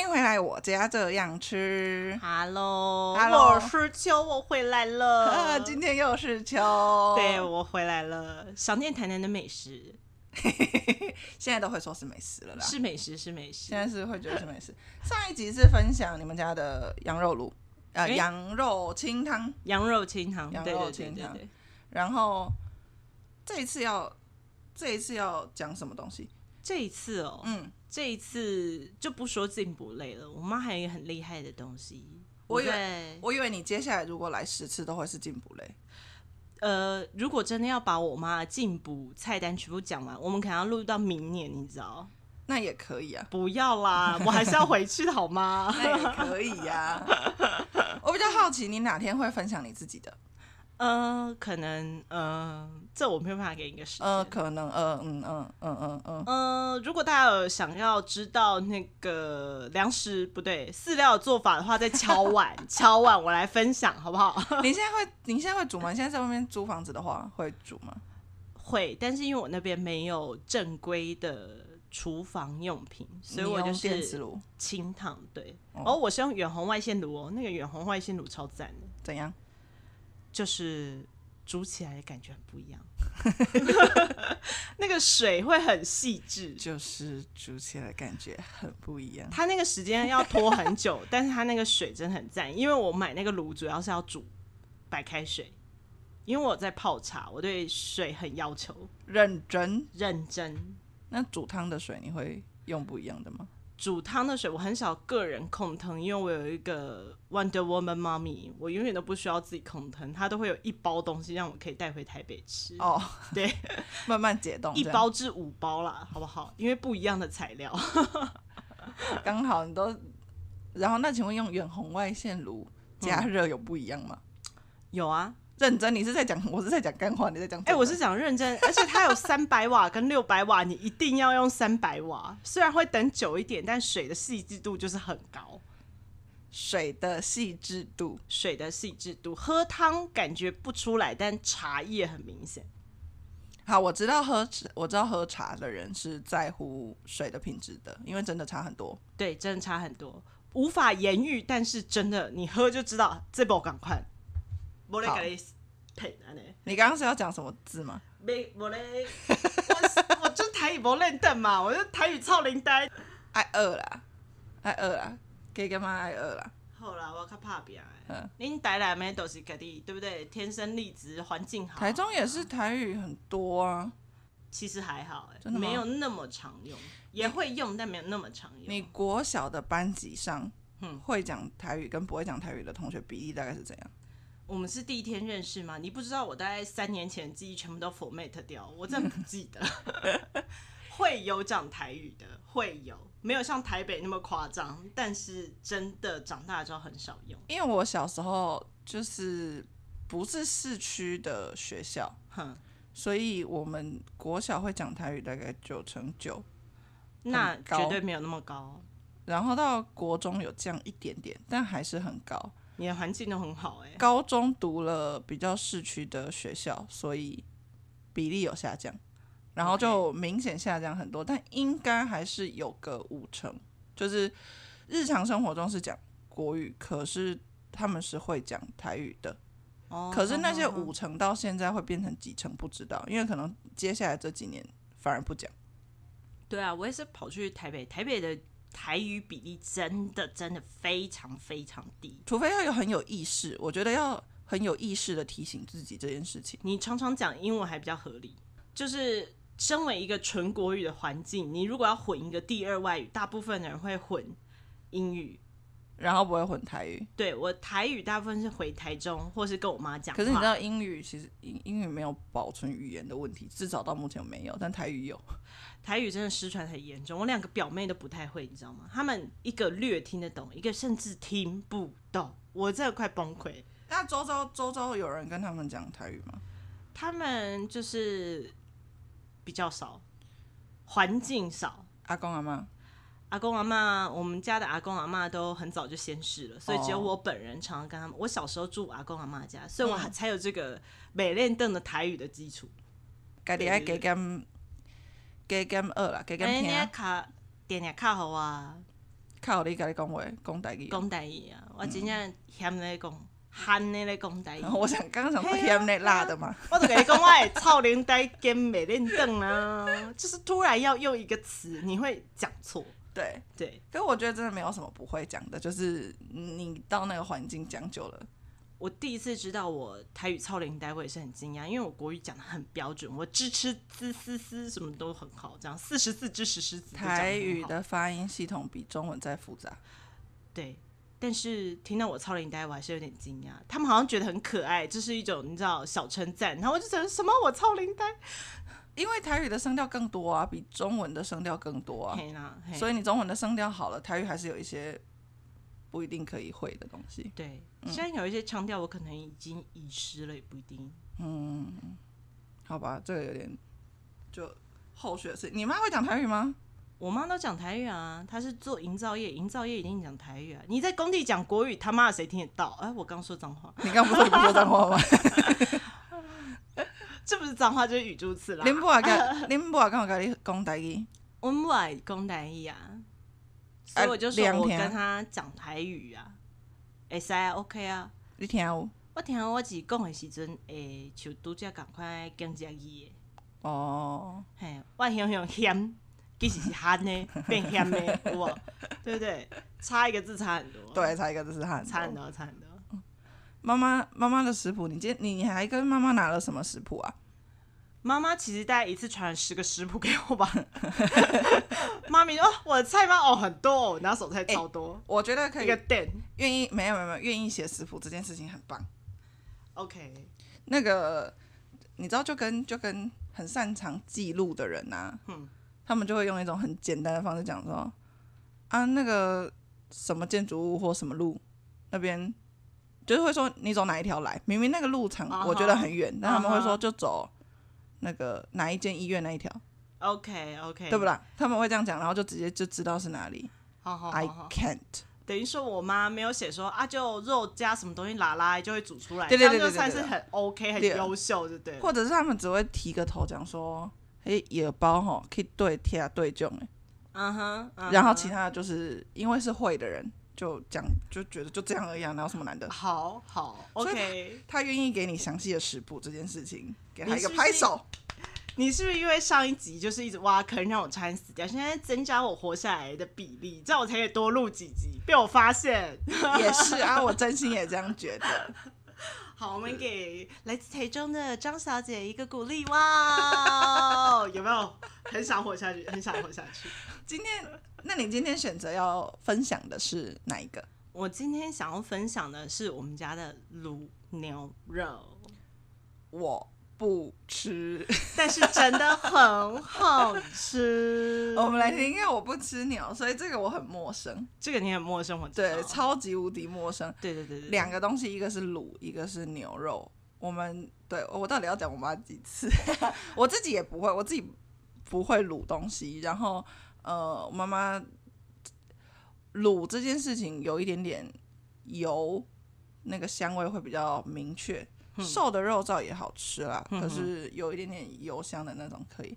迎回来，我家这样吃。 Hello，, Hello 我是秋，我回来了。啊， 今天又是秋，呃哦对我回来了，想念台南的美食，现在都会说是美食了啦。是美食，是美食现。在是会觉得是美食。上一集是分享你们家的羊肉炉，呃，诶羊肉清汤，羊肉清汤，羊对肉对对清对汤对。然后这一次要这一次要讲什么东西？这一次哦，嗯，这一次就不说进补类了，我妈还有一个很厉害的东西。我以为在我以为你接下来如果来十次都会是进步类，呃，如果真的要把我妈的进补菜单全部讲完，我们可能要录到明年，你知道？那也可以啊，不要 啦，我还是要回去的好吗？那也可以 呀、我比较好奇你哪天会分享你自己的，呃，可能，呃，这我没有办法给你一个时间。呃，可能，呃，嗯嗯嗯嗯嗯，呃，如果大家有想要知道那个粮食不对饲料的做法的话，再敲碗 敲碗，我来分享好不好？ 你现在会你现在会煮吗？你现在在外面租房子的话会煮吗？会，但是因为我那边没有正规的厨房用品，所以你我就用电磁是炉清烫。对，哦，我是用远红外线炉哦，那个远红外线炉超赞的，怎样？就是煮起来的感觉很不一样， 那个水会很细致，就是煮起来的感觉很不一样。它那个时间要拖很久， 但是它那个水真的很赞，因为我买那个炉主要是要煮白开水，因为我在泡茶，我对水很要求，认真，认真。那煮汤的水你会用不一样的吗？煮汤的水我很少个人控汤，因为我有一个 Wonder Woman 妈咪，我永远都不需要自己控汤，她都会有一包东西让我可以带回台北吃，哦，嗯 对， 慢慢解冻，一包至五包啦，好不好？因为不一样的材料，这样刚好你都。然后那请问用远红外线炉加嗯热有不一样吗？有啊，认真，你是在讲，我是在讲干话，你在讲真的。哎、我是讲认真，而且它有三百瓦跟六百瓦，你一定要用三百瓦，虽然会等久一点，但水的细致度就是很高，水的细致度，水的细致度，喝汤感觉不出来，但茶叶很明显。好，我知道喝我知道喝茶的人是在乎水的品质的，因为真的差很多。对，真的差很多，无法言喻，但是真的你喝就知道，这波赶快，我来给你配安尼，你刚刚是要讲什么字吗？没我来，我 我就台语不认得嘛，我就台语操灵呆。爱饿啦，爱饿啦，给干嘛爱饿啦？好啦，我较怕拼嗯的。恁台南的都是家己，对不对？天生丽质，环境好。台中也是台语很多啊。其实还好、欸，真的吗没有那么常用，也会用，但没有嗯那么常用。你国小的班级上，会讲台语跟不会讲台语的同学比例大概是怎样？我们是第一天认识吗？你不知道我大概三年前的记忆全部都 format 掉，我真的不记 得。会有讲台语的，会有，没有像台北那么夸张，但是真的长大之后很少用。因为我小时候就是不是市区的学校，哼，所以我们国小会讲台语大概九成九，那很高绝对没有那么高。然后到国中有降一点点，但还是很高。你的环境都很好、欸，哎，高中读了比较市区的学校，所以比例有下降，然后就明显下降很多，但应该还是有个五成，就是日常生活中是讲国语，可是他们是会讲台语的。哦可是那些五成到现在会变成几成不知道，因为可能接下来这几年反而不讲。对啊，我也是跑去台北，台北的台语比例真的真的非常非常低。除非要有很有意识，我觉得要很有意识的提醒自己这件事情。你常常讲英文还比较合理，就是身为一个纯国语的环境，你如果要混一个第二外语，大部分的人会混英语。然后不会混台语，对我台语大部分是回台中，或是跟我妈讲话。可是你知道英语其实英英语没有保存语言的问题，至少到目前没有，但台语有。台语真的失传很严重，我两个表妹都不太会，你知道吗？她们一个略听得懂，一个甚至听不懂，我真的快崩溃。那周周周周有人跟他们讲台语吗？他们就是比较少，环境少。阿公阿妈，阿公阿妈，我们家的阿公阿妈都很早就先逝了，所以只有我本人常常跟他们。我小时候住阿公阿妈家，所以我嗯才有这个美练凳的台语的基础。家己爱加减加减二啦，加减你听。卡点点卡好啊，靠你甲你讲话，讲台语。讲台语啊，我真正嫌咧讲，憨咧咧讲台 语。啊我想刚刚想说甜的辣的嘛，我就跟你讲，我的操零呆跟美练凳啊，就是突然要用一个词，你会讲错。对。对可我觉得真的没有什么不会讲的，就是你到那个环境讲久了，我第一次知道我台语操零呆，我也是很惊讶，因为我国语讲的很标准，我支吃滋滋滋什么都很好，这样四十四支十十字都讲得很好台语的发音系统比中文再复杂。对。但是听到我操零呆，我还是有点惊讶。他们好像觉得很可爱，这是一种你知道小称赞。然后我就觉得什么我操零呆，因为台语的声调更多啊，比中文的声调更多啊，嘿啦，嘿所以你中文的声调好了，台语还是有一些不一定可以会的东西。对，嗯虽然有一些腔调我可能已经遗失了，也不一定。好吧，这个有点就后续的事。你妈会讲台语吗？我妈都讲台语啊，她是做营造业，营造业一定讲台语啊。你在工地讲国语，他妈的谁听得到？哎、我刚说脏话，你刚不是说你不说脏话 吗？这不是脏话就是语助词啦。林博啊，跟林博啊，跟我跟你讲台语，我们来讲台语啊，所以我就说啊我两天跟她讲台语啊，会使啊，OK 啊。你听有？我听我自己讲的时阵，会像拄则共款讲只语的，哦，嘿，我想想嫌，其实是憨 的变嫌的，有无？对不对？差一个字差很多。哦对，差一个字是汉。惨了惨了！妈妈妈妈的食谱，你今你你还跟妈妈拿了什么食谱啊？妈妈其实大概一次传了十个食谱给我 吧。妈咪说哦，我的菜吗？哦，很多哦，我拿手菜超多，我觉得可一以个，蛋。愿意没有没有没有愿意写食谱这件事情很棒。 OK，那个你知道，就跟就跟很擅长记录的人呐、嗯他们就会用一种很简单的方式讲说，啊，那个什么建筑物或什么路那边，就是会说你走哪一条来，明明那个路啊哈场我觉得很远，但他们会啊哈说就走那个哪一间医院那一条， OK OK，对不？啦？他们会这样讲，然后就直接就知道是哪里。好好 I 好好， can't，等于说我妈没有写说啊，就肉加什么东西拉拉就会煮出来，对对对这对样就对算对是很 OK 很对优秀，对不对了？或者是他们只会提个头讲说，嘿，野包吼，可以对贴啊对欸中诶。嗯哼，嗯哼然后其他的就是因为是会的人，就讲就觉得就这样而已、啊，哪有什么难的？好好所以 OK，他愿意给你详细的食谱这件事情，给他你一个是不是拍 手。你是不是因为上一集就是一直挖坑让我差点死掉，现在增加我活下来的比例，这样我才可以多录几集？被我发现。 也是啊，我真心也这样觉得。好，我们给来自台中的张小姐一个鼓励哇！哦 有没有很想活下去？很想活下去。今天，那你今天选择要分享的是哪一个？我今天想要分享的是我们家的卤牛 肉，我不吃，但是真的很好吃 。我们来听，因为我不吃牛，所以这个我很陌生，这个你很陌生，我知道对，超级无敌陌生。对对对对，两个东西，一个是卤，一个是牛肉。我们对我到底要讲我妈几次？ 我自己也不会，我自己不会卤东西。然后呃，我妈妈卤这件事情有一点点油，那个香味会比较明确。嗯瘦的肉燥也好吃啦，可是有一点点油香的那种可以。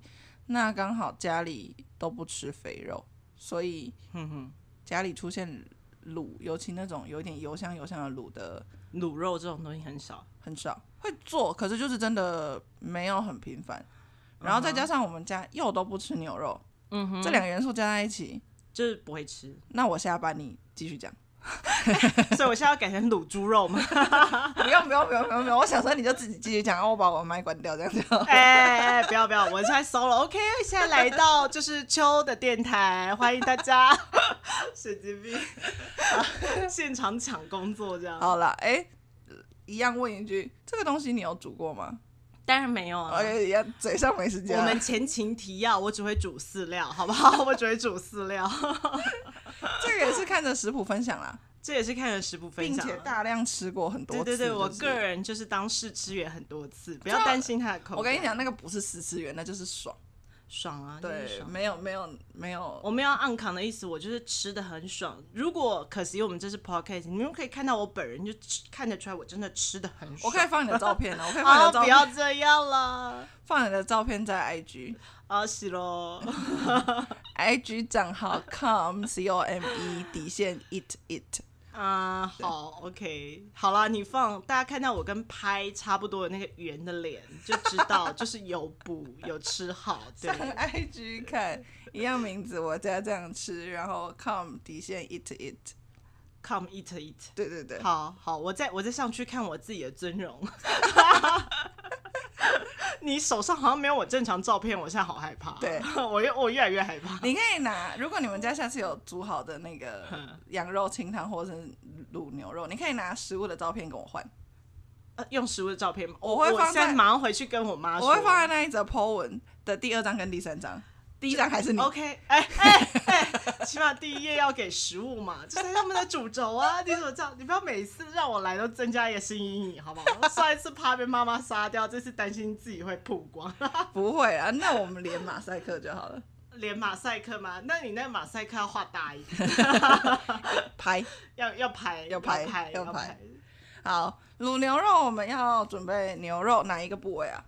那刚好家里都不吃肥肉，所以嗯哼，家里出现卤，尤其那种有一点油香油香的卤的卤肉这种东西很少。很少，会做，可是就是真的没有很频繁。然后再加上我们家又都不吃牛肉，嗯哼，这两个元素加在一起，就是不会吃， 那我下班你继续讲，所以我现在要改成卤猪肉嘛。不用不用不用不用不用，我想说你就自己继续讲，然后我把我麦关掉这 样就好。哎哎，哎不要不要，我现在 solo。OK，现在来到就是秋的电台，欢迎大 家。神经病， 现场抢工作这样。好了，哎，一样问一句，这个东西你有煮过吗？当然没有啊哎、一样嘴上没时间我啊。们前情提要，我只会煮饲料， 好不好？我只会煮饲料， 这个也是看着食谱分享啦，这也是看人食谱分并享且啊。大量吃过很多对次。对对，我就是个人就是当试吃员很多次，不要担心他的口感。我跟你讲，那个不是十次元，那就是爽。爽啊，就是对，爽。没有没有没有，我没有暗扛的意思，我就是吃的很爽。如果可惜我们这是 podcast，你们可以看到我本人，就吃看得出来我真的吃的很爽。我可以放你的照片啊，我可以放你啊，的照不片，要这样了，放你的照片在 IG 啊，是喽。 IG 账号 com c o m e 底线 it it，啊、好，OK，好啦，你放，大家看到我跟拍差不多的那个圆的脸，就知 道就是有补有吃好，对上，IG 看一样名字，我家这样吃，然后 com 底线 it it， ，come eat eat，对对对，好好，我再我再上去看我自己的 尊容，你手上好像没有我正常照片，我现在好害怕，对 我越我越来越害怕，你可以拿，如果你们家下次有煮好的那个羊肉清汤或者是卤牛肉，你可以拿食物的照片跟我换，呃用食物的照片吗，我会我放现在在马上回去跟我妈说，我会放在那一则 po 文的第二张跟第三张，第一张还是你， OK，哎哎哎，起码第一页要给食物嘛， 这才是他们的主轴啊！你怎么这样？你不要每次让我来都增加一个新阴影，好不好？上一次怕被妈妈杀掉，这次担心自己会曝光。 不会啊，那我们连马赛克就好了， 连马赛克吗？那你那马赛克要画大一 点，拍。要要拍，要拍，拍要拍，要拍好，卤牛肉我们要准备牛肉哪一个部位啊？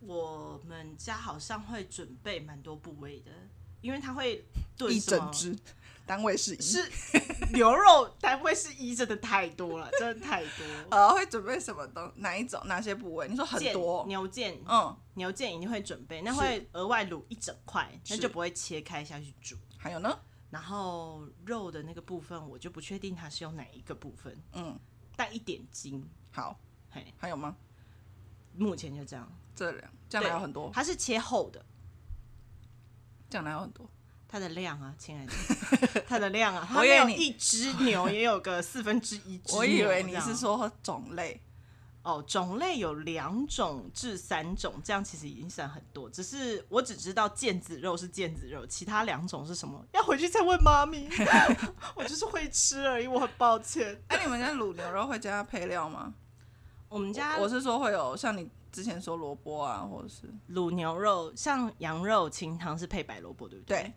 我们家好像会准备蛮多部位的，因为它会炖一什么整只，单位是一。 是牛肉单位是一，真的太多了，真的太多。呃，会准备什么东哪一种哪些部位？你说 很腱多，牛腱，嗯，牛腱一定会准备，那是会额外卤一整块，那是就不会切开下去煮。还有呢？然后肉的那个部分，我就不确定它是用哪一个部分，嗯，带一点筋。好，嘿，还有吗？目前就这样。这两这样对哪有很多？它是切厚的，这样哪有很多？它的量啊，亲爱的，它的量啊，它我以没为有你一只牛，也有个四分之一只牛我以为这你样是说种类，哦，种类有两种至三种，这样其实已经算很多。只是我只知道腱子肉是腱子肉，其他两种是什么？要回去再问妈咪。 我就是会吃而已，我很抱歉。哎、你们家卤牛肉会加配料吗？我们家我是说会有像你之前说萝卜啊，或者是卤牛肉，像羊肉清汤是配白萝卜，对不对？对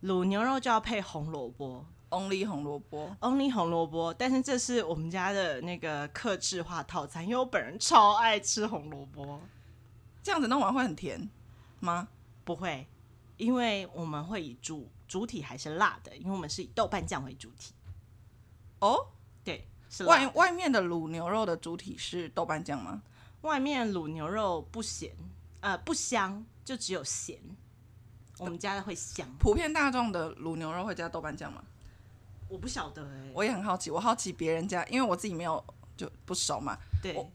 对，卤牛肉就要配红萝卜 only 红萝卜， ，only 红萝卜。但是这是我们家的那个克制化套餐，因为我本人超爱吃红萝卜。这样子弄完会很甜吗？不会，因为我们会以主主体还是辣的，因为我们是以豆瓣酱为主体。哦，对，是辣外的。外面的卤牛肉的主体是豆瓣酱吗？外面卤牛肉不咸，呃，不香，就只有咸。我们家的会香，普遍大众的卤牛肉会加豆瓣酱吗？我不晓得哎、我也很好奇，我好奇别人家，因为我自己没有就不熟嘛。对我，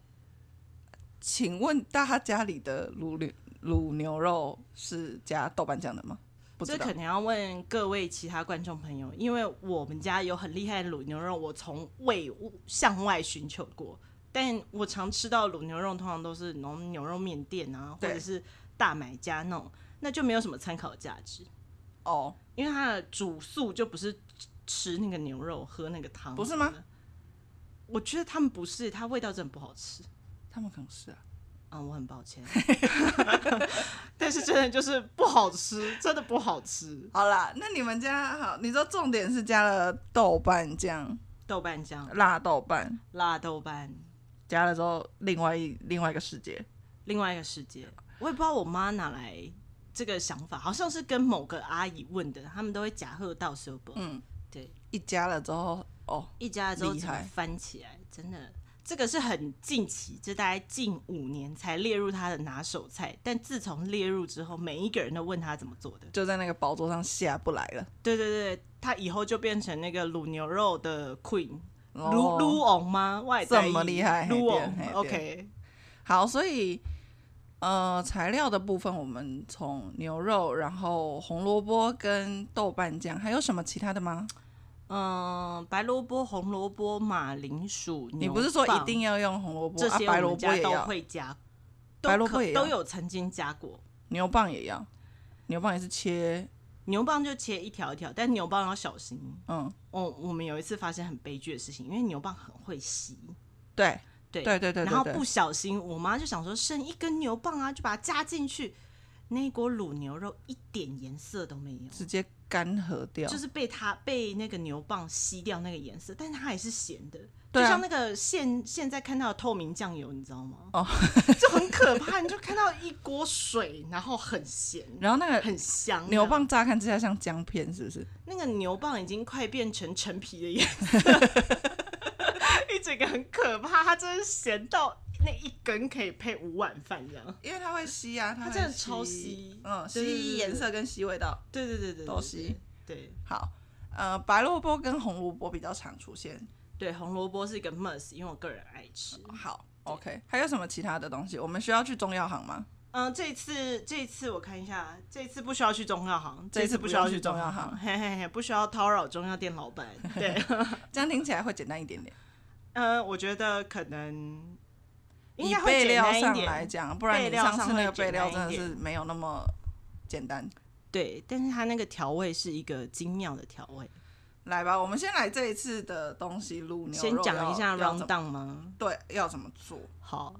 请问大家家里的卤牛卤牛肉是加豆瓣酱的吗？不这知道可，能要问各位其他观众朋友，因为我们家有很厉害的卤牛肉，我从未向外寻求过。但我常吃到卤牛肉，通常都是那种牛肉面店啊，或对者是大买家那种，那就没有什么参考价值。哦，因为它的主诉就不是吃那个牛肉喝那个汤，不是吗？我觉得他们不是，它味道真的不好吃。他们可能是啊。嗯，我很 抱歉， 但是真的就是不好吃，真的不好吃。好啦，那你们家好，你说重点是加了豆瓣酱，豆瓣酱、辣豆瓣，辣豆瓣，加了之后另外一另外一个世界，另外一个世界，我也不知道我妈哪来这个想法，好像是跟某个阿姨问的，他们都会假喝到修补。嗯，对，一加了之后，哦，一家之后厉整个害翻起来，真的，这个是很近期，这大概近五年才列入他的拿手菜。但自从列入之后，每一个人都问他怎么做的。就在那个宝座上下不来了。对对对，他以后就变成那个卤牛肉的 queen，哦卤卤翁吗？外在这么厉害嘿卤对翁嘿，OK，好，所以呃，材料的部分我们从牛肉，然后红萝卜跟豆瓣酱，还有什么其他的吗？嗯，白萝卜、红萝卜、马铃薯，你不是说一定要要用红萝卜这啊？些白我萝们卜家也都要，会加，都白萝卜可也都要，有曾经加过。牛蒡也要，牛蒡也是切，牛蒡就切一条一条，但牛蒡要小心，嗯，哦，我们有一次发生很悲剧的事情，因为牛蒡很会吸，对对对对对对然后对不小心，我妈就想说剩一根牛蒡啊，就把它加进去，那一锅卤牛肉一点颜色都没有，直接干涸掉，就是被它被那个牛蒡吸掉那个颜色，但是它还是咸的，对啊就像那个现现在看到的透明酱油，你知道吗？哦，就很可怕，你就看到一锅水，然后很咸，然后那个很香， 牛蒡乍看之下像姜片，是不是？那个牛蒡已经快变成陈皮的颜色， 一整个很可怕，它真的咸到那一根可以配五碗饭这样。因为它会吸啊，它它会真的超吸吸，嗯，对对对吸对颜色跟吸味道。对对对对对，都吸对。对好，呃，白萝卜跟红萝卜比较常出现。对，红萝卜是一个 must，因为我个人爱吃。好，OK，还有什么其他的东西？我们需要去中药行吗？嗯，这一次这一次我看一下，这一次不需要去中药行，这一一次次不不需需要要去中中药行行，嘿嘿嘿，不需要叨扰中药店老 板。对，这样听起来会简单一点点。呃，我觉得可能应以该会备简料单一上来点。讲，不然备你料上上次会那个备简料单真的一是没有那么简单。对，但是它那个调味是一个精妙的调味。来吧，我们先来这一次的东西卤牛肉要。先讲一下要怎 round 么 down 吗？对，要怎么做？好，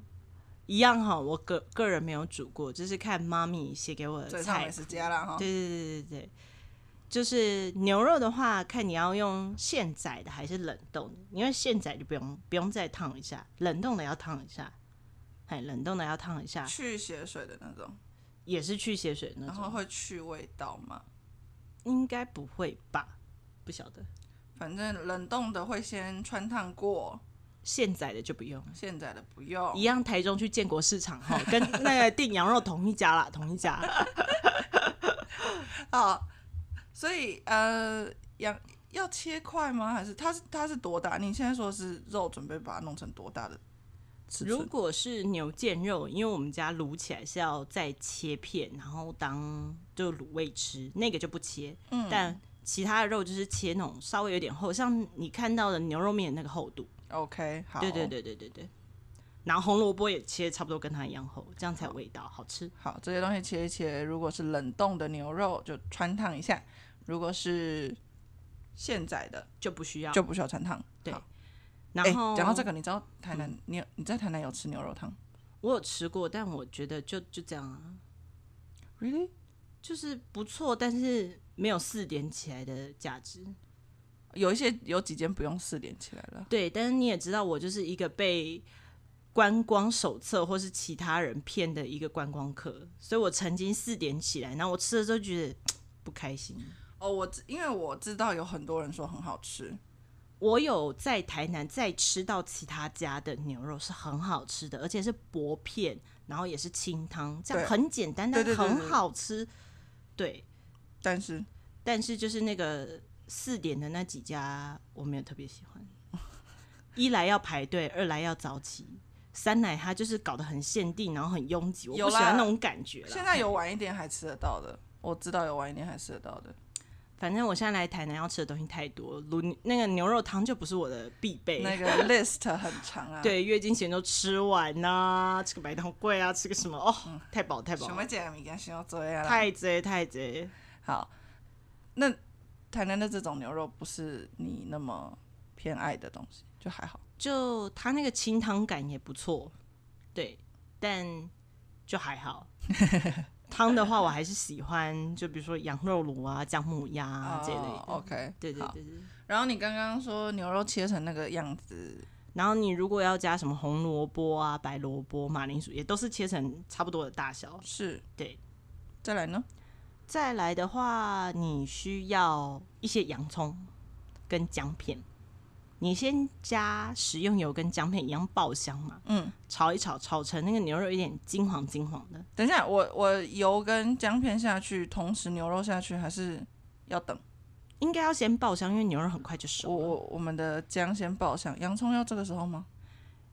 一样哈，我个个人没有煮过，就是看妈咪写给我的嘴上呃菜美食家啦哈。对对对对对，就是牛肉的话，看你要用现宰的还是冷冻的，因为现宰就不用不用再烫一下，冷冻的要烫一下，哎，冷冻的要烫一下，去血水的那种，也是去血水啊那然后种，会去味道嘛。应该不会吧？不晓得，反正冷冻的会先穿烫过，现宰的就不用。现在的不用一。样，台中去建国市场哈，跟那个订羊肉同一家啦，同一家。啊，所以呃，羊要切块吗？还是它是它是多大？你现在说是肉，准备把它弄成多大的尺如寸？果是牛腱肉，因为我们家卤起来是要再切片，然后当就卤味吃，那个就不切。嗯，但其他的肉就是切那种稍微有点厚，像你看到的牛肉面那个厚度。 OK，好，对对，对对对对。然后红萝卜也切差不多跟它一样厚，这样才有味道好吃。好，这些东西切一切。如果是冷冻的牛肉，就穿烫一下；如果是现宰的，就不需要。就不需要穿烫。对好哎，然后讲到这个，你知道台南，你有你在台南有吃牛肉汤我有吃过，但我觉得就就这样啊， ？Really？就是不错，但是没有四点起来的价值。有一些有几间不用四连起来了。对，但是你也知道，我就是一个被观光手册或是其他人骗的一个观光客，所以我曾经四点起来，然后我吃了之后觉得不开心。哦，我知因为我知道有很多人说很好吃，我有在台南再吃到其他家的牛肉是很好吃的，而且是薄片，然后也是清汤，这样对很简单，对但对对对很好吃。对，但是但是就是那个四点的那几家，我没有特别喜欢。一来要排队，二来要早起，三来它就是搞得很限定，然后很拥挤，我有不啦喜欢那种感觉现了。在有晚一点还吃得到的，我知道有晚一点还吃得到的。反正我现在来台南要吃的东西太多，卤那个牛肉汤就不是我的必备。那个 list 很长啊。，对，月经前都吃完呐、吃个白糖桂啊，吃个什么哦，嗯太饱太饱什，么姐米干先要这样啦。太贼太贼。好，那台南的这种牛肉不是你那么偏爱的东西，就还好。就它那个清汤感也不错，对，但就还好。 汤的话，我还是喜欢，就比如说羊肉炉啊、姜母鸭啊、这一类的。哦 OK，对对好对对。然后你刚刚说牛肉切成那个样子，然后你如果要加什么红萝卜啊、白萝卜、马铃薯，也都是切成差不多的大小。是对。再来呢？再来的话，你需要一些洋葱跟姜片。你先加食用油跟姜片一样爆香嘛，嗯，炒一炒，炒成那个牛肉有点金黄金黄的，等一下，我我油跟姜片下去，同时牛肉下去，还是要等？应该要先爆香，因为牛肉很快就我熟了。我我们的姜先爆香，洋葱要这个时候吗？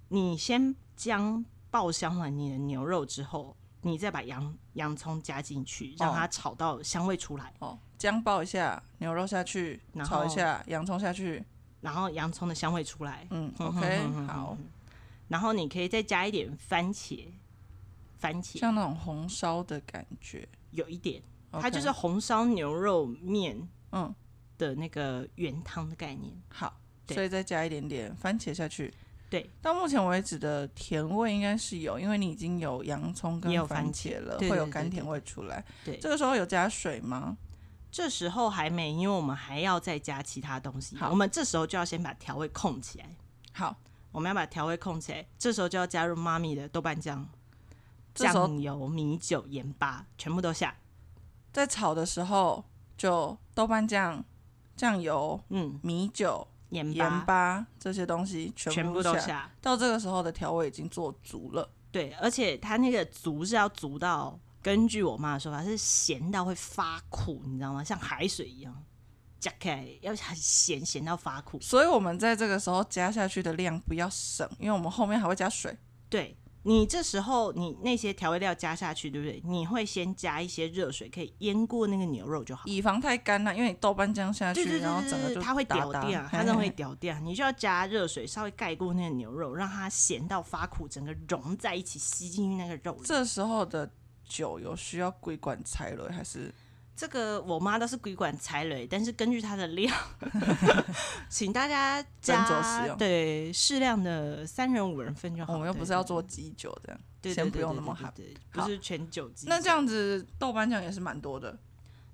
你先将爆香完你的牛肉之后，你再把洋洋葱加进去，让它炒到香味出来，哦，姜爆一下，牛肉下去，然后炒一下，洋葱下去。然后洋葱的香味出来。嗯嗯，OK，嗯嗯嗯好，然后你可以再加一点番茄，番茄像那种红烧的感觉。有一点， OK 它就是红烧牛肉面嗯的那个原汤的概念。好，对所以再加一点点番茄下去，对，到目前为止的甜味应该是有，因为你已经有洋葱跟也有番番茄茄了，对会对有对甘对甜味出来。对这个时候有加水吗？这时候还没，因为我们还要再加其他东西。好我们这时候就要先把调味控起来，好，我们要把调味控起来。这时候就要加入妈咪的豆瓣酱、这时候酱油、米酒、盐巴，全部都下。在炒的时候就豆瓣酱、酱油、嗯，米酒、盐巴盐巴这些东西全全部部都下。下。到这个时候的调味已经做足了，对，而且它那个足是要足到，根据我妈的说法是咸到会发苦，你知道吗？像海水一样，加起来要很咸，咸到发苦。所以我们在这个时候加下去的量不要省，因为我们后面还会加水。对你这时候你那些调味料加下去，对不对？你会先加一些热水，可以淹过那个牛肉就好。以防太干了、因为你豆瓣酱下去，对对对然后整个对就对，它会打掉打掉，嘿它真的嘿会嘿掉掉。你就要加热水，稍微盖过那个牛肉，让它咸到发苦，整个融在一起，吸进去那个肉里。这时候的酒有需要归管材了，还是这个我妈倒是鬼管踩雷，但是根据她的 量，请大 家加斟酌使用对适量的三人五人份就好。我们又不对是要做基酒这样？对对先对不对用对那么对好对对好不是全酒精。那这样子豆瓣酱也是蛮多的，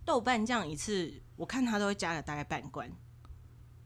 豆瓣酱一次，我看她都会加个大概半罐，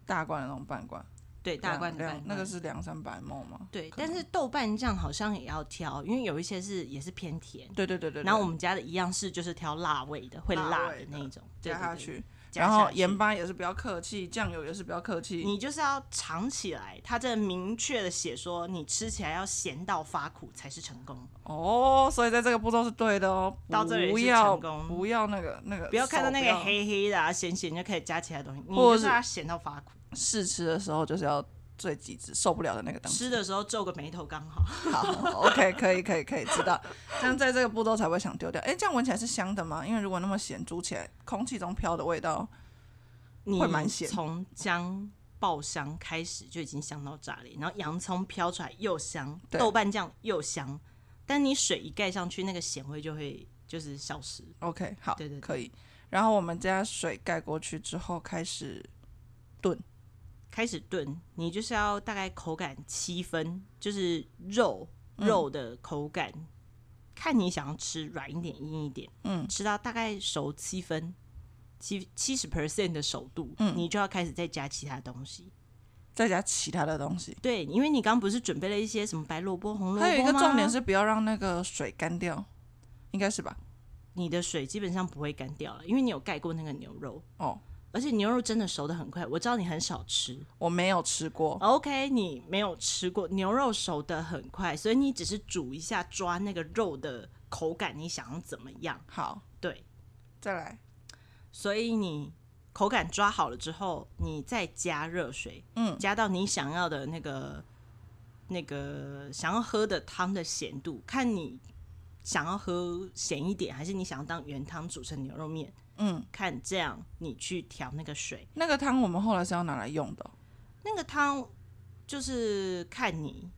大罐的那种半罐，对大罐的两半两罐那个是两三百 ml 吗？对，可但能是豆瓣酱好像也要挑，因为有一些是也是偏甜。对对对对，对然后我们家的一样是就是挑辣味的，会辣辣味的的那一种，对加对下对去，加然后下去盐巴也是不要客气，酱油也是不要客气，你就是要尝起来，它这明确的写说，你吃起来要咸到发苦才是成功。哦，所以在这个步骤是对的哦，到这里是不要成功不要那个那个手，不要看到那个黑黑的、啊、咸咸就可以加其他东西，你或者就是是要咸到发苦。试吃的时候就是要最极致，受不了的那个当吃的时候皱个眉头刚好。好，OK，可以，可以，可以知道。 这样在这个步骤才不会想丢掉。哎，这样闻起来是香的吗？因为如果那么咸，煮起来空气中飘的味道，你会蛮咸从姜爆香开始就已经香到炸裂，然后洋葱飘出来又香，对豆瓣酱又香，但你水一盖上去，那个咸味就会就是消失。 OK，好，对对对可以。然后我们加水盖过去之后，开始开始炖，你就是要大概口感七分，就是肉肉嗯的口感，看你想要吃软一点、硬一点，嗯，吃到大概熟七分，七七十 percent 的熟度，嗯你就要开始再加其他东西。再加其他的东西。对，因为你刚不是准备了一些什么白萝卜、红萝卜吗？还有一个重点是，不要让那个水干掉，应该是吧？你的水基本上不会干掉了，因为你有盖过那个牛肉，哦，而且牛肉真的熟的很快。我知道你很少吃，我没有吃过， OK，你没有吃过牛肉熟的很快，所以你只是煮一下抓那个肉的口感，你想要怎么样？好，对，再来，所以你口感抓好了之后，你再加热水，嗯，加到你想要的那个那个想要喝的汤的咸度，看你想要喝咸一点，还是你想要当原汤煮成牛肉面，嗯，看这样你去调那个水。那个汤我们后来是要拿来用的哦、那个汤就是看你，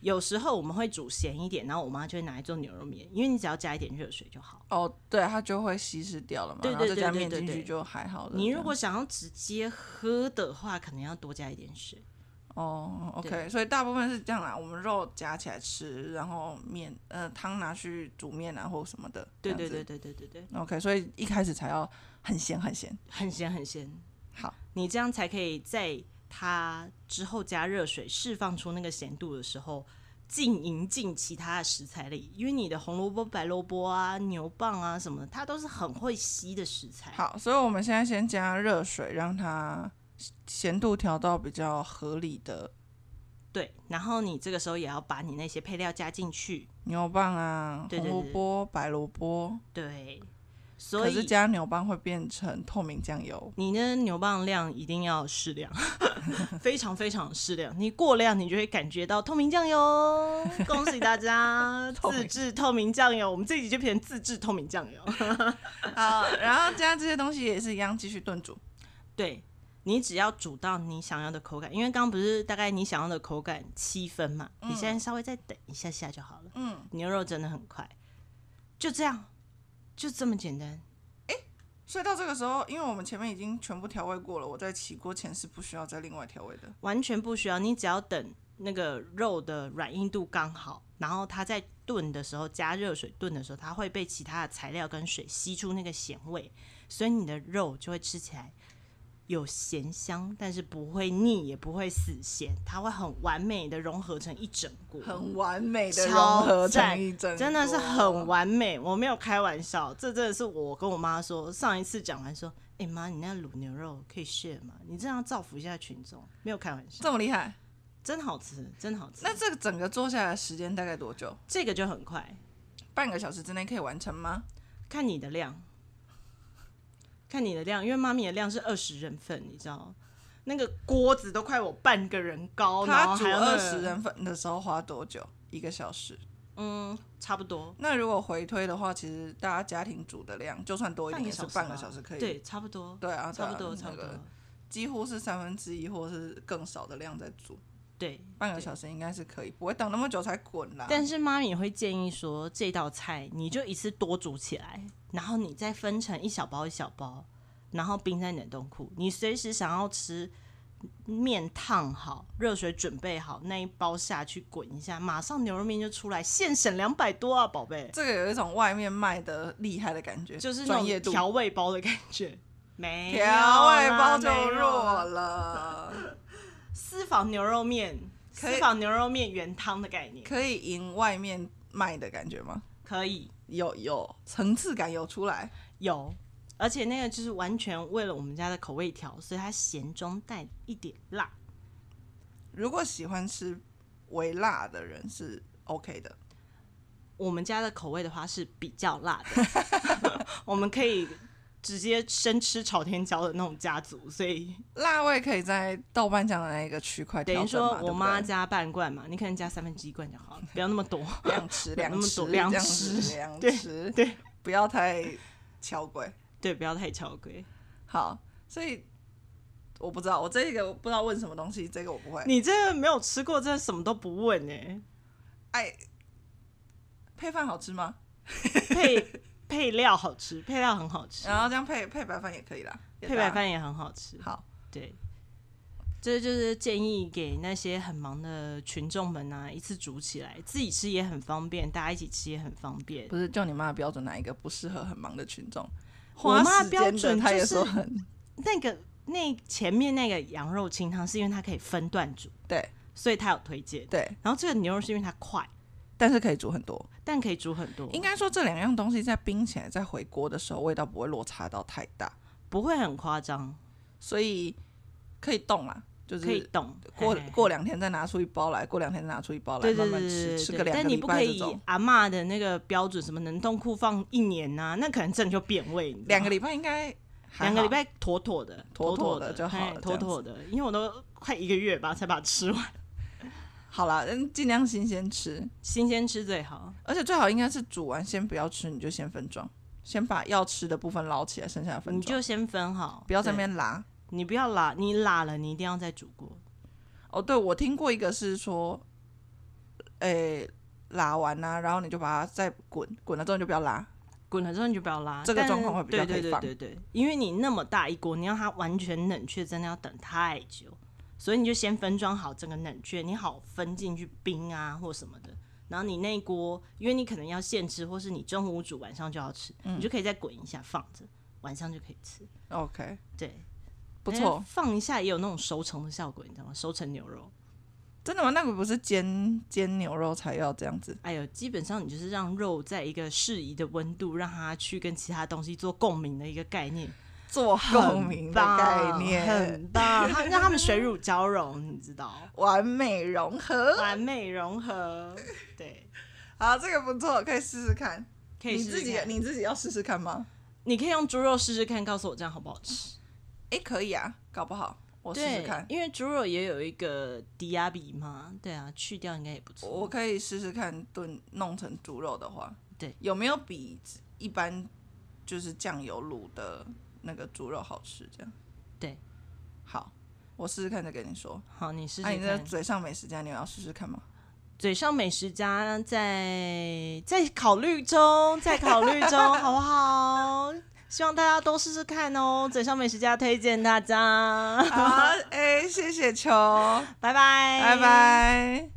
有时候我们会煮咸一点，然后我妈就会拿来做牛肉面，因为你只要加一点热水就好。哦，对，它就会稀释掉了嘛，对然后对再加对对面对进对去就还好了。你这如样果想要直接喝的话，可能要多加一点水。哦，OK，对所以大部分是这样啦，我们肉夹起来吃，然后面呃汤拿去煮面啊或什么的，对对对对对对对对， ，OK，所以一开始才要很咸很咸，很咸很咸，好，你这样才可以在它之后加热水释放出那个咸度的时候。浸淫进其他的食材里，因为你的红萝卜、白萝卜啊、牛蒡啊什么的，它都是很会吸的食材。好，所以我们现在先加热水，让它咸度调到比较合理的对，然后你这个时候也要把你那些配料加进去，牛蒡啊、对对红对萝卜、白萝卜，对，所可是以加牛蒡会变成透明酱油，你的牛蒡量一定要适量， 非常非常适量，你过量你就会感觉到透明酱油，恭喜大家透自明制 透明酱油，我们这一集就变成自制透明酱油， 好，然后加这些东西也是一样继续炖煮，对。你只要煮到你想要的口感，因为刚刚不是大概你想要的口感七分嘛，你现在稍微再等一下下就好了。嗯，牛肉真的很快，就这样，就这么简单。所以到这个时候，因为我们前面已经全部调味过了，我在起锅前是不需要再另外调味的。完全不需要，你只要等那个肉的软硬度刚好，然后它在炖的时候加热水炖的时候，它会被其他的材料跟水吸出那个咸味，所以你的肉就会吃起来有咸香，但是不会腻，也不会死咸，它会很完美的融合成一整锅，很完美的融超合成赞一整，真的是很。完美，我没有开玩笑，这真的是我跟我妈说，上一次讲完说，哎、妈，你那卤牛肉可以 share 吗？你这样造福一下群众，没有开玩笑，这么厉害，真好吃，真好吃。那这个整个做下来的时间大概多久？这个就很快，半个小时之内可以完成吗？看你的量，看你的量，因为妈咪的量是二十人份，你知道，那个锅子都快我半个人高，哦然他后煮还有那二个十，人份的时候花多久？一个小时。嗯，差不多。那如果回推的话，其实大家家庭煮的量，就算多一点，也是吧半个小时可以。啊对，差不多，对啊，对差啊不多，那差不多个，几乎是三分之一或是更少的量在煮，对，半个对小时应该是可以，不会等那么久才滚啦。但是妈咪会建议说，这道菜你就一次多煮起来，然后你再分成一小包一小包，然后冰在你的冻库。你随时想要吃面烫好，热水准备好，那一包下去滚一下，马上牛肉面就出来，现省两百多啊，宝贝，这个有一种外面卖的厉害的感觉，就是专业那度种，调味包的感 觉。 啊没有调味包啦就没有弱啦了，私房牛肉面，可以私房牛肉面原汤的概念，可以赢外面卖的感觉吗？可以。有有层次感有出来，有，而且那个就是完全为了我们家的口味调，所以它咸中带一点辣。如果喜欢吃微辣的人是 OK 的，我们家的口味的话是比较辣的， 我们可以直接生吃朝天椒的那种家族，所以辣味可以在豆瓣酱的那一个区块等调于整嘛，说我妈对不对加半罐嘛，你可能加三分之一罐就好了，不要那么多。两匙 不要那两么匙多两这样子匙两 对匙，对不要太敲鬼。对，不要太超规。好，所以我不知道，我这个不知道问什么东西，这个我不会。你这个没有吃过，真的什么都不问哎、哎，配饭好吃吗？配 配料好吃，配料很好吃，然后这样配配白饭也可以啦，也配搭白饭也很好吃。好。对，这就是建议给那些很忙的群众们啊，一次煮起来，自己吃也很方便，大家一起吃也很方便。不是，就你妈的标准，哪一个不适合很忙的群众？我花妈时标间的准她就也说是很那个那前面那个羊肉清汤是因为它可以分段煮，对所以它有推荐。对，然后这个牛肉是因为它快，但是可以煮很多。但可以煮很多，应该说这两样东西在冰起来再回锅的时候，味道不会落差到太大，不会很夸张，所以可以冻啦，就可以是动。过嘿嘿嘿过两天再拿出一包来，过两天再拿出一包来，对慢对慢对吃，对吃对个对，两但个你礼不拜可这以种，阿嬷的那个标准，什么冷冻库放一年呐、那可能真的就变味。你知道两吗个礼拜应该还两个礼好拜妥妥的，妥妥妥的的就好了嘿这样妥子妥的，因为我都快一个月吧才把它 吃完，好啦，嗯，尽量新鲜吃，新鲜吃最好。而且最好应该是煮完先不要吃，你就先分装，先把要吃的部分捞起来，剩下的分 你装，就先分好，不要在那对，边拉。你不要拉，你拉了你一定要再煮过，哦，对，我听过一个是说，诶、拉完啦、然后你就把它再滚，滚了之后你就不要拉。滚了之后你就不要拉。这个但状况会比较可以对对放对对对，因为你那么大一锅，你让它完全冷却，真的要等太久，所以你就先分装好整个冷却，你好分进去冰啊或什么的。然后你那一锅，因为你可能要现吃，或是你中午煮晚上就要吃，嗯你就可以再滚一下放着，晚上就可以吃。 OK，对，不哎错，放一下也有那种熟成的效果，你知道吗？熟成牛肉，真的吗？那个不是煎煎牛肉才要这样子，哎呦，基本上你就是让肉在一个适宜的温度，让它去跟其他东西做共鸣的一个概 念，做共鸣很的棒概念，很棒，它让它们水乳交融，你知道， 完美融合。完美融合，对，好，这个不错，可以试试看。可以你试试自己看你自己要试试看吗？你可以用猪肉试试看，告诉我这样好不好吃。诶，可以啊，搞不好我试试对看。因为猪肉也有一个低压比嘛，对啊，去掉应该也不错。我可以试试看炖弄成猪肉的话，对，有没有比一般就是酱油卤的那个猪肉好吃？这样对，好，我试试看再跟你说。好，你试试那、啊你看。这嘴上美食家，你有要试试 看吗？嘴上美食家在在考虑中，在考虑中，好不好？希望大家都试试看哦。嘴上美食家推荐大家， 好，哎、谢谢球，拜拜，拜。拜。